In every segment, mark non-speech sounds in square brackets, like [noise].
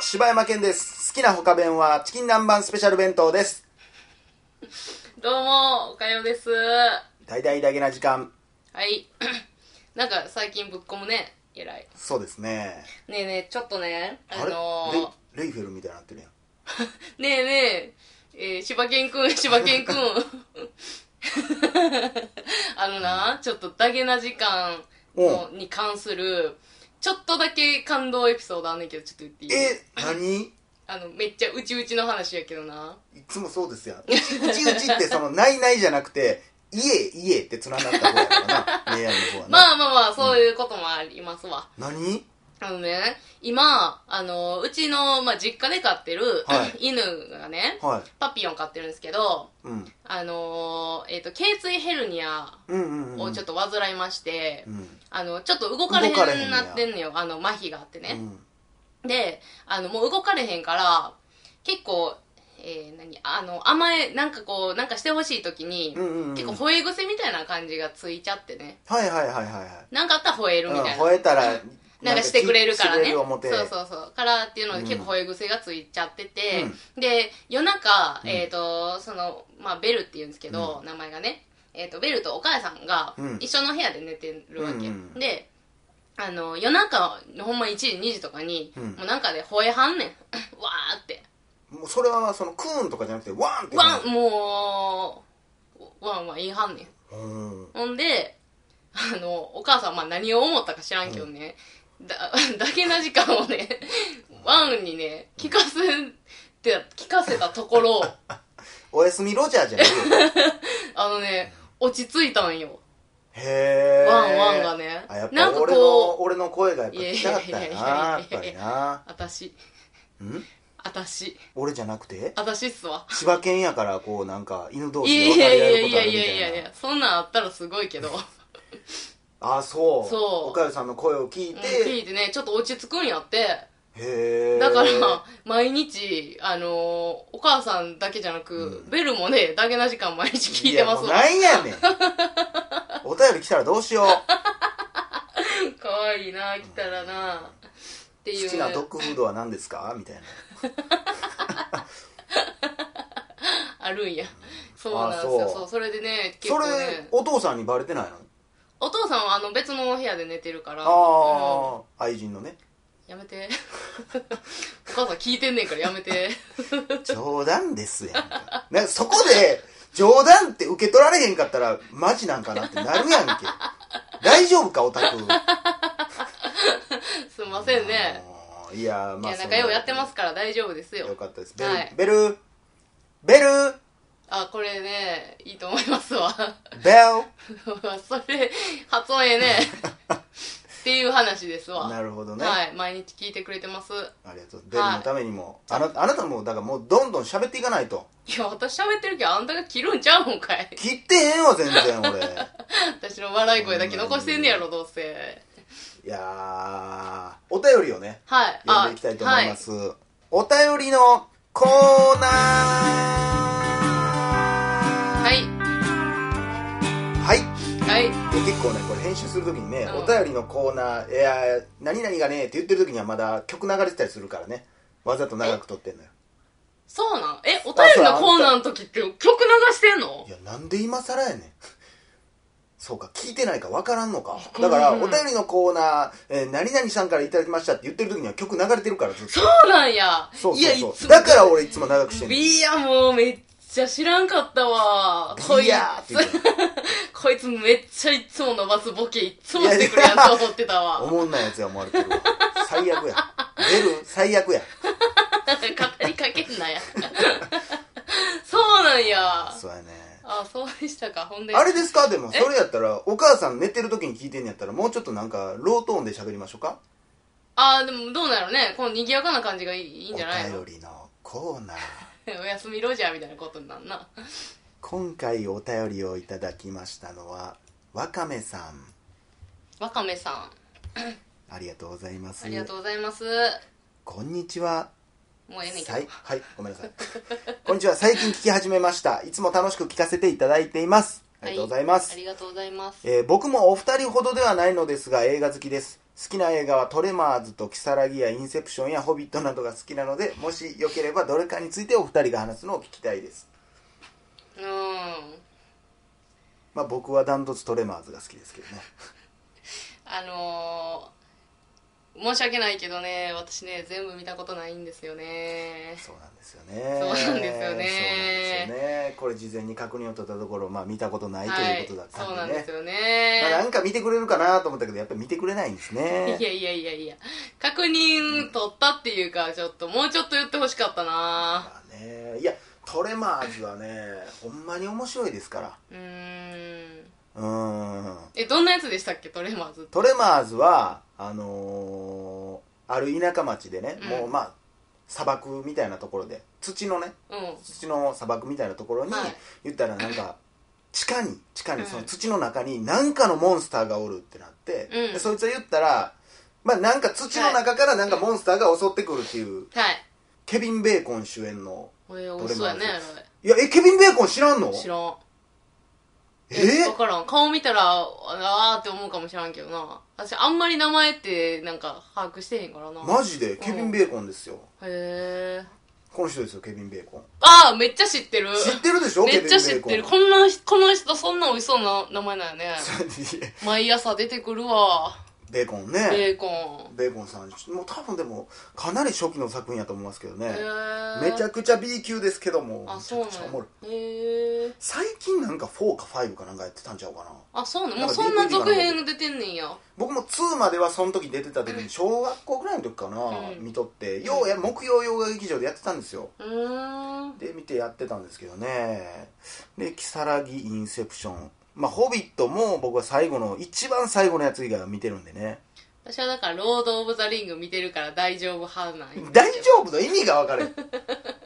柴山健です。好きな他弁はチキン南蛮スペシャル弁当です。どうも、おかよです。は大々だけな時間。い。 [clears throat] なんか最近ぶっ込むね。えらい。そうですね。ねえねえ、ちょっとね、ああれのレイレイフェルみたいになってるやん。ー、ねえねえ、えー、柴犬くん、 [laughs] 柴犬くん。あのな、ちょっとダゲな時間のに関する、ちょっとだけ感動エピソードあんねんけど、ちょっと言っていいえ、何いあの、めっちゃうちうちの話やけどな。つもそうですやん。うちうちうちってその、ないないじゃなくて、家家ってつながった方やからな。恋愛の方はな。まあまあまあ、そういうこともありますわ。何あのね、今、あの、うちの、まあ、実家で飼ってる、は [laughs] 犬がね、はい。パピヨン飼ってるんですけど、うん。あのーえっ、と、頸椎ヘルニアうんうんうん。をちょっっと患いまして、うん。あの、ちょっと動かれ動かれへんへねやんなってんのよ、あの、麻痺があってうね、んで、あの、もう動かれへんから、結構、えー、何、あの、甘え、なんかこう、なんかしてほしい時に、うんうんうん。結構吠え癖みたいな感じがついちゃってね、はいはいはいはいはい。なんかあったら吠えるみたいな。うん吠えたら、なんかしてくれるかしらてくれね。るそう表そうそう。からっていうので結構吠え癖がついちゃってて、で、夜中、うんえっ、と、その、まあ、ベルって言うんですけど、名前がね、えっ、と、ベルとお母さんがうん一緒の部屋で寝てるわけ。うんうんで、あの、夜中のほんま1時、2時とかに、うんもうなんかで吠えはん [laughs] ねん。わーって。もうそれはそのクーンとかじゃなくてワンってわん、もう、わんわん言いはんねん。うんほんで、あの、お母さん、まあ、何を思ったか知らんけどね、だ、 [laughs] だけな時間をね、ワンにね、聞かせて、聞かせたところ、おやすみロジャーじゃない [laughs] よあのね、落ち着いたんよ。へえワンワンがねあやっぱなんかこう俺の俺の声がやっぱ来たかったよなやっいやぱいやいやいやりいやなあたし、んあたし、俺じゃなくてあたしっすわ。千葉県やからこうなんか犬同い士やで分かいやりい合えやるこいとあやるみいたやいやいなそんなんあったらすごいけ [laughs] ど、うんあそうそうおかゆさんの声を聞いて、聞いてね、ちょっと落ち着くんやって、へえだから、毎日、あのーお母さんだけじゃなく、ベルもね、だけな時間毎日聞いてますいわ。やもうなんやね [laughs] んお便り来たらどうしようかわいいな来たらなっていう好きなドッグフードは何ですかみたいなあるんやそうなんですよあそそううそれでね結そ構れねお父さんにバレてないのお父さんはあの別のお部屋で寝てるからああ愛人のねうんやめて [laughs] お母さん聞いてんねんからやめて [laughs] 冗談ですやんかなんかそこで冗談って受け取られへんかったらマジなんかなってなるやんけ大丈夫かオタクすいませんねあーいやいまあや仲良うやってますから大丈夫ですよよかったですベル、はいベルベルあこれねいいと思いますわ [laughs] ベルそれ発音え [laughs] えねっていう話ですわなるほどね、はい毎日聞いてくれてますありがとうベルのためにも、あなあなたもだからもうどんどん喋っていかないといや私喋ってるけどあんたが切るんちゃうんかい切ってへんわ全然俺私の笑い声だけ残してんねやろどうせいやーお便りをねはい読んでいきたいと思います、お便りのコーナーはいはいはい、で結構ねこれ編集するときにね、うんお便りのコーナーいやー何々がねって言ってるときにはまだ曲流れてたりするからねわざと長く撮ってんのよそうなんえお便りのコーナーの時って曲流してんのいやなんで今更やねん [laughs] そうか聞いてないかわからんのかからだんからお便りのコーナー、えー何々さんからいただきましたって言ってるときには曲流れてるからずっとそうなんやそうやそういそつうもだから俺いつも長くしてんのいやもうめっちゃ知らんかったわこいビヤーってつ言ってこいつめっちゃいつも伸ばすボケいつもしてくれやんと思ってたわ語思んないやつや思われてるわ最悪や出る最悪やりかけんなや [laughs] そうなんやそうやねあそうでしたかほんであれですかでもそれやったらお母さん寝てる時に聞いてんのやったらもうちょっとなんかロートーンで喋りましょうかあーでもどうなのねこの賑やかな感じがいいいいんじゃないのお便りのコーナー [laughs] おやすみロジャーみたいなことになんな今回お便りをいただきましたのはわかめさんわかめさんありがとうございますありがとうございますこんにちはもうええねんけさいどはいごめんなさい [laughs] こんにちは最近聞き始めましたいつも楽しく聞かせていただいていますありがとうございますありがとうございますえー僕もお二人ほどではないのですが映画好きです好きな映画はトレマーズとキサラギやインセプションやホビットなどが好きなので、もしよければどれかについてお二人が話すのを聞きたいです。うんまあ僕はダントツトレマーズが好きです [laughs] けどね。あのー申し訳ないけどね私ね全部見たことないんですよねそうなんですよね。そうなんですよねそうなんですよね。これ事前に確認を取ったところ、まあ見たことないということだったんそうでね。なんですよまあ、なね、んか見てくれるかなと思ったけどやっぱり見てくれないんですねいやいやいやいや確認取ったっていうかちょっともうちょっと言ってほしかったなまあねいやトレマーズはねほんまに面白いですからうーんうーんえどんなやつでしたっけトレマーズトレマーズはあのーある田舎町でね、うんもうまあ砂漠みたいなところで土のねうん土の砂漠みたいなところに、はい言ったらなんか地下に地下うにんその土の中に何かのモンスターがおるってなって、うんでそいつは言ったらまあなんか土の中からなんかモンスターが襲ってくるっていう、はいケビン・ベーコン主演のこれ美味しそうやねトレマーあれいや、え、ケビン・ベーコン知らんの知らんえ分からん顔見たらあーって思うかもしらんけどな私あんまり名前ってなんか把握してへんからなマジでケビン・ベーコンですよ。へえこの人ですよ、ケビン・ベーコン。ああめっちゃ知ってる知ってるでしょめケビっン・ちベゃ知っーコン。てるこんなこの人そんな美味しそうな名前なんやねいや [laughs] 毎朝出てくるわベーコンね。ベーコンベーコンさん、もう多分でも、かなり初期の作品やと思いますけどへね。えめちゃくちゃ B 級ですけども、あめちそうゃなくちゃおもろい。んへえ最近なんか4か5かなんかやってたんちゃうかな。あそうなんなもんうかそんな DVD かなんか続編出てんねんや僕も2まではその時出てた時に、小学校ぐらいの時かな、うん見とって、ようや、木曜洋画劇場でやってたんですよ。うーんで見てやってたんですけどねで「キサラギインセプション」まあ「ホビット」も僕は最後の一番最後のやつ以外は見てるんでね私はだからロード・オブ・ザ・リング見てるから大丈夫派なんや大丈夫の意味が分か [laughs] る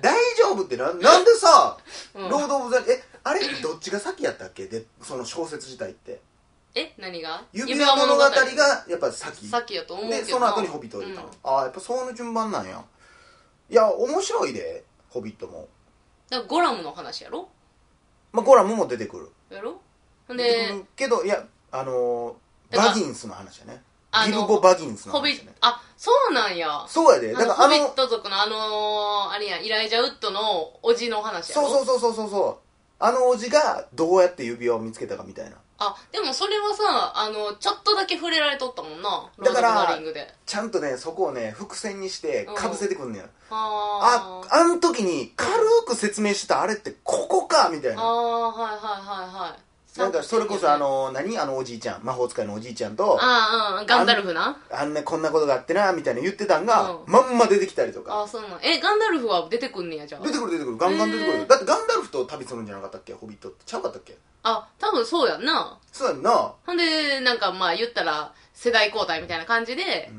大丈夫ってななんでさ、うんロード・オブ・ザ・えあれどっちが先やったっけでその小説自体ってえ何が指輪物語がやっぱ先さっきやと思うけどでその後に「ホビット」を入れたの、うんだああやっぱそうの順番なんやいや面白いで「ホビットも」からゴラムの話やろまあ、ゴラムも出てくるやろほん出てでくるけどいやあのーだからバギンスの話やねあギルのゴ・バギンスのホビ話やッねあそうなんやそうやであだのからあホのビット族のあのーあれやイライジャウッドのおじの話やろそうそうそうそうそうそうあのおじがどうやって指輪を見つけたかみたいなあでもそれはさあのちょっとだけ触れられとったもんなローだド・からザ・リングでちゃんとねそこをね伏線にしてかぶせてくんねや、ああーあん時に軽く説明してたあれってここかみたいあーなはいはいはいはいなんかそれこそあねの何あのおじいちゃん魔法使いのおじいちゃんとああーうんガンダルフなあんなこんなことがあってなみたいな言ってたんが、うんまんま出てきたりとあかあそうなんえガンダルフは出てくんねやじゃあ出てくる出てくるガンガン出てくるへよーだってガンダルフと旅するんじゃなかったっけホビットってちゃうかったっけあ多分そうやんなそうやんなほんで、なんかまあ言ったら、世代交代みたいな感じで、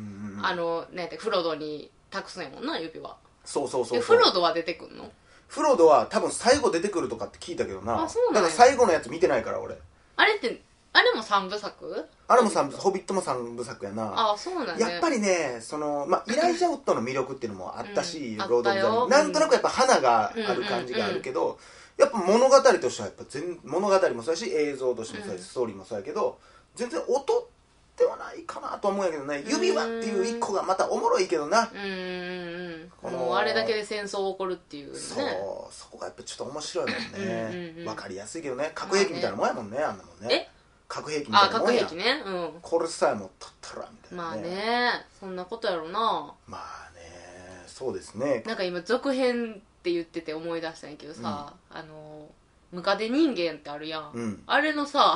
あの、ねて、フロドに託すんやもんな、指輪。そうそうそうで、そフうロドは出てくんのフロドは多分最後出てくるとかって聞いたけどなあそうなんだやから最後のやつ見てないから俺あれって、あれも三部作あれも三部ホビットも三部作やなああ、そうなんやっぱり、りねその、まあ、イライジャ・オットの魅力っていうのもあったし、うローんド・オブ・ザ・リングあったよなんとなくやっぱ花がある感じがあるけど、やっぱ物語としてはやっぱ全物語もそうやし映像としてもそうやし、うんストーリーもそうやけど全然音ではないかなとは思うんやけどね指輪っていう一個がまたおもろいけどな、うーんここのの、もうあれだけで戦争起こるっていうね。そうそこがやっぱちょっと面白いもんねうんうんうんわかりやすいけどね核兵器みたいなもんやもんねあんなもんねえ核兵器みたあいなも核ん兵や器ね。うこれさえ持っとったらみたん。いなまあね、そんなことやろな。まあねそうですねなんか今、続編って言ってて思い出したんやけどさ、あの、ムカデ人間ってあるやんうんあれのさ、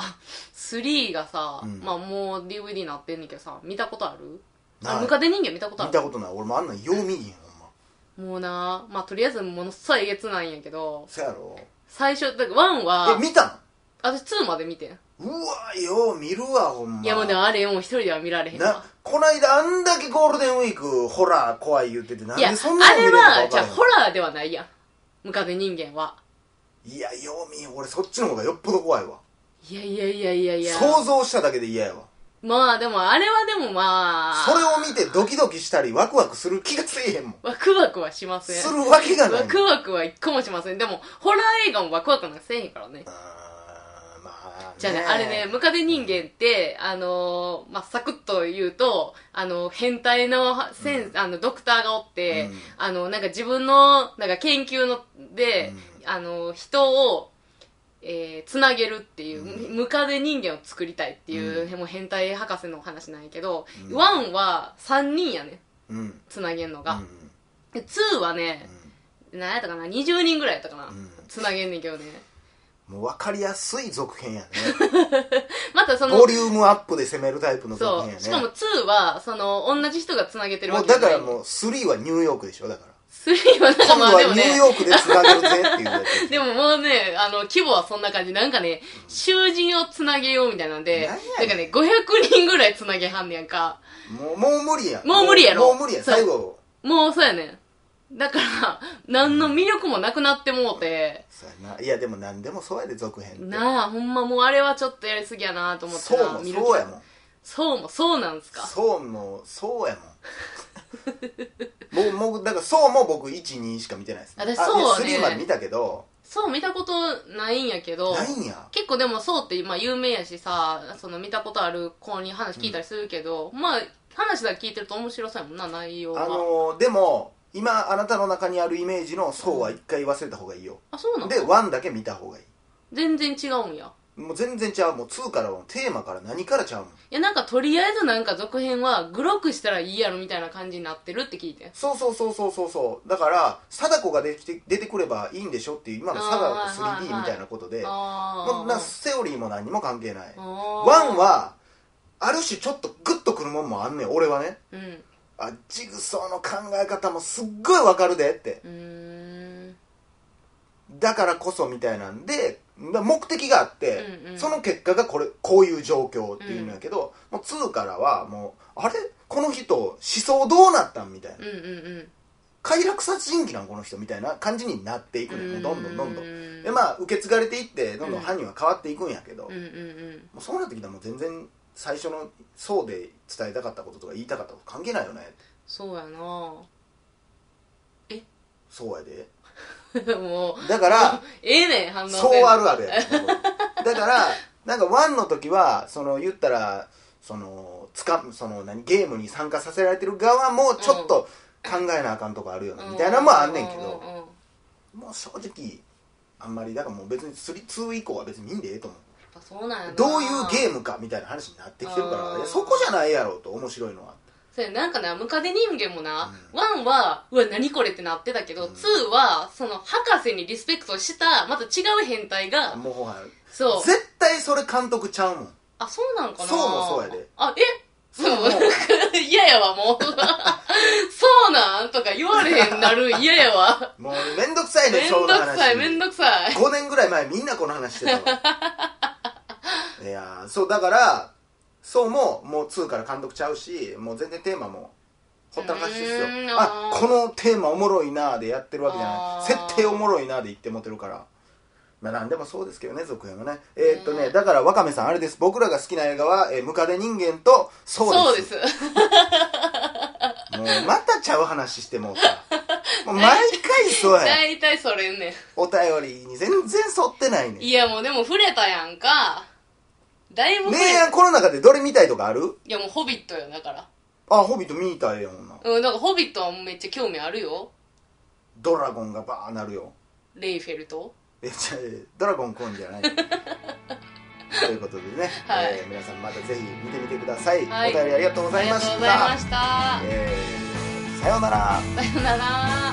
3がさ、うんまあもう DVD になってんねんけどさ、見たことあるなあいムカデ人間見たことあ見るたことない俺もあんなんよう見えへんほんまもうな、まあとりあえずものすごいえげつないんやけど、そやろ最初、だから1えは、見た私2まで見てん。のうわよう見るわほんまいやもうでもあれもう一人では見られへんなわ。こないだあんだけゴールデンウィークホラー怖い言っててなんいや、あでそんなの見れれるのかは、分じかゃらあへんホラーではないやん。ムカデ人間は。いやよう見えへん俺そっちの方がよっぽど怖いわいやいやいやいやいや。想像しただけで嫌やわまあでもあれはでもまあ、それを見てドキドキしたりワクワクする気がついへんもんワクワクはしません。するわけがないワクワクは一個もしません。でも、ホラー映画もワクワクなんかせえへんからね。うーんまあからねじゃあね、あれね、ムカデ人間って、あのーまあ、サクッと言うと、あの、変態のは、せん、あの、ドクターがおっうて、んあの、なんか自分の、なんか研究の、で、あの、人を、えー、つなげるっていう、うムカデ人間を作りたいっていう、もう変態博士の話なんやけど、うんワン1は3人やね、うんうんつなげんのうが。んで、2はね、何やったかな、20人ぐらいやったかな、んつなげんねんけどね。もう分かりやすい続編やねま [laughs] たそのボ、リュームアップで攻めるタイプの続そ編やねう。しかも2は、その、同じ人が繋げてるわもうけじゃだなかい。らもう3はニューヨークでしょだから3はなんか今度まあはでもニューね、ヨークでつなげるぜっていうやつ [laughs] でももうね、あの、規模はそんな感じ。なんかね、囚人を繋げようみたいなんで、なんなんやかねね、500人ぐらい繋げはんねやんか。もうもう無理やんもう無理やろもう無理やんそう最後もうそうやねん。だから、何の魅力もなくなってもうて、そうやないやでも何でもそうやで続編ってなあ、ほんまもうあれはちょっとやりすぎやなと思ってそなうも見る気そうやもんそうも、そうなんすか。そうもそうやも [laughs] んもうもうだからそうも僕12しか見てないです私あそうはねいや3まで見たけどそう見たことないんやけど、ないんや結構でもそうって今有名やしさその見たことある子に話聞いたりするけど、まあ話だけ聞いてると面白そうやもんな内容がああのーでも今あなたの中にあるイメージのそうは一回忘れた方がいいよそうなので1だけ見た方がいい全然違うんやもう全然ちゃうもう2からはテーマから何からちゃうもんいやなんかとりあえずなんか続編はグロくしたらいいやろみたいな感じになってるって聞いてそうそうそうそうそうそうだから貞子が出てきて出てくればいいんでしょっていう今のあ貞ー子はいはいはい 3D みたいなことであもうなあセオリーも何も関係ないワン1はある種ちょっとグッとくるもんもあんねん俺はねうんうあジグソーの考え方もすっごいわかるでってーんだからこそみたいなんでだ目的があって、うんうんその結果がこれこういう状況っていうんやけど、もう2からはもうあれこの人思想どうなったんみたいなうんうん快楽殺人鬼なんこの人みたいな感じになっていくうのよんねどんどんどんどうんんでまあ受け継がれていってどんどうんん犯人は変わっていくんやけど、うんうんうんもうそうなってきたらもう全然最初のそうで伝えたかったこととか言いたかったこと関係ないよねそうやな [laughs] もそうやでうだから [laughs] ええねん反応せんのそうあるあるやね僕だからなんかワンの時はその言ったらそのつかその何ゲームに参加させられてる側もちょっと考えなあかんとこあるよな、みたいなのもあんねんけど、うううんもう正直あんまりだからもう別に3 2以降は別に見んでええと思うやっぱそうなんやなどういうゲームかみたいな話になってきてるかあーらいやそこじゃないやろうと面白いのはそれなんかなムカデ人間もな、うんワンはうわ何これってなってたけど、んツーはその博士にリスペクトしたまた違う変態がもうほらそう絶対それ監督ちゃうもんあそうなんかなそうもそうやであえ [laughs] そう嫌やわもう [laughs] そうなんとか言われへんな [laughs] る嫌やわもうめんどくさいね [laughs] めんそどうくなさ話いめんどくさい5年ぐらい前みんなこの話してた [laughs] わいやーそうだからそうももう2から監督ちゃうしもう全然テーマもほったらかしですようーんあこのテーマおもろいなーでやってるわけじあゃーない設定おもろいなーで言ってもてるからまあ何でもそうですけどね続編はねえーっとねだからワカメさんあれです僕らが好きな映画は、えームカデ人間とそうですそうですもうまたちゃう話してもうたもう毎回そう [laughs] や大体それねお便りに全然沿ってないねんいやもうでも触れたやんかだいぶ触ねれえやんこの中でどれ見たいとかあるいやもうホビットよだからあホビット見たらええやんなうん、なんかホビットはめっちゃ興味あるよ。ドラゴンがバーなるよレイフェルト。えちゃドラゴンコンじゃ [laughs] ないということでね、はいえー皆さんまたぜひ見てみてください、はいお便りありがとうごあざいりがましとたうございました。えーさようならさよなら。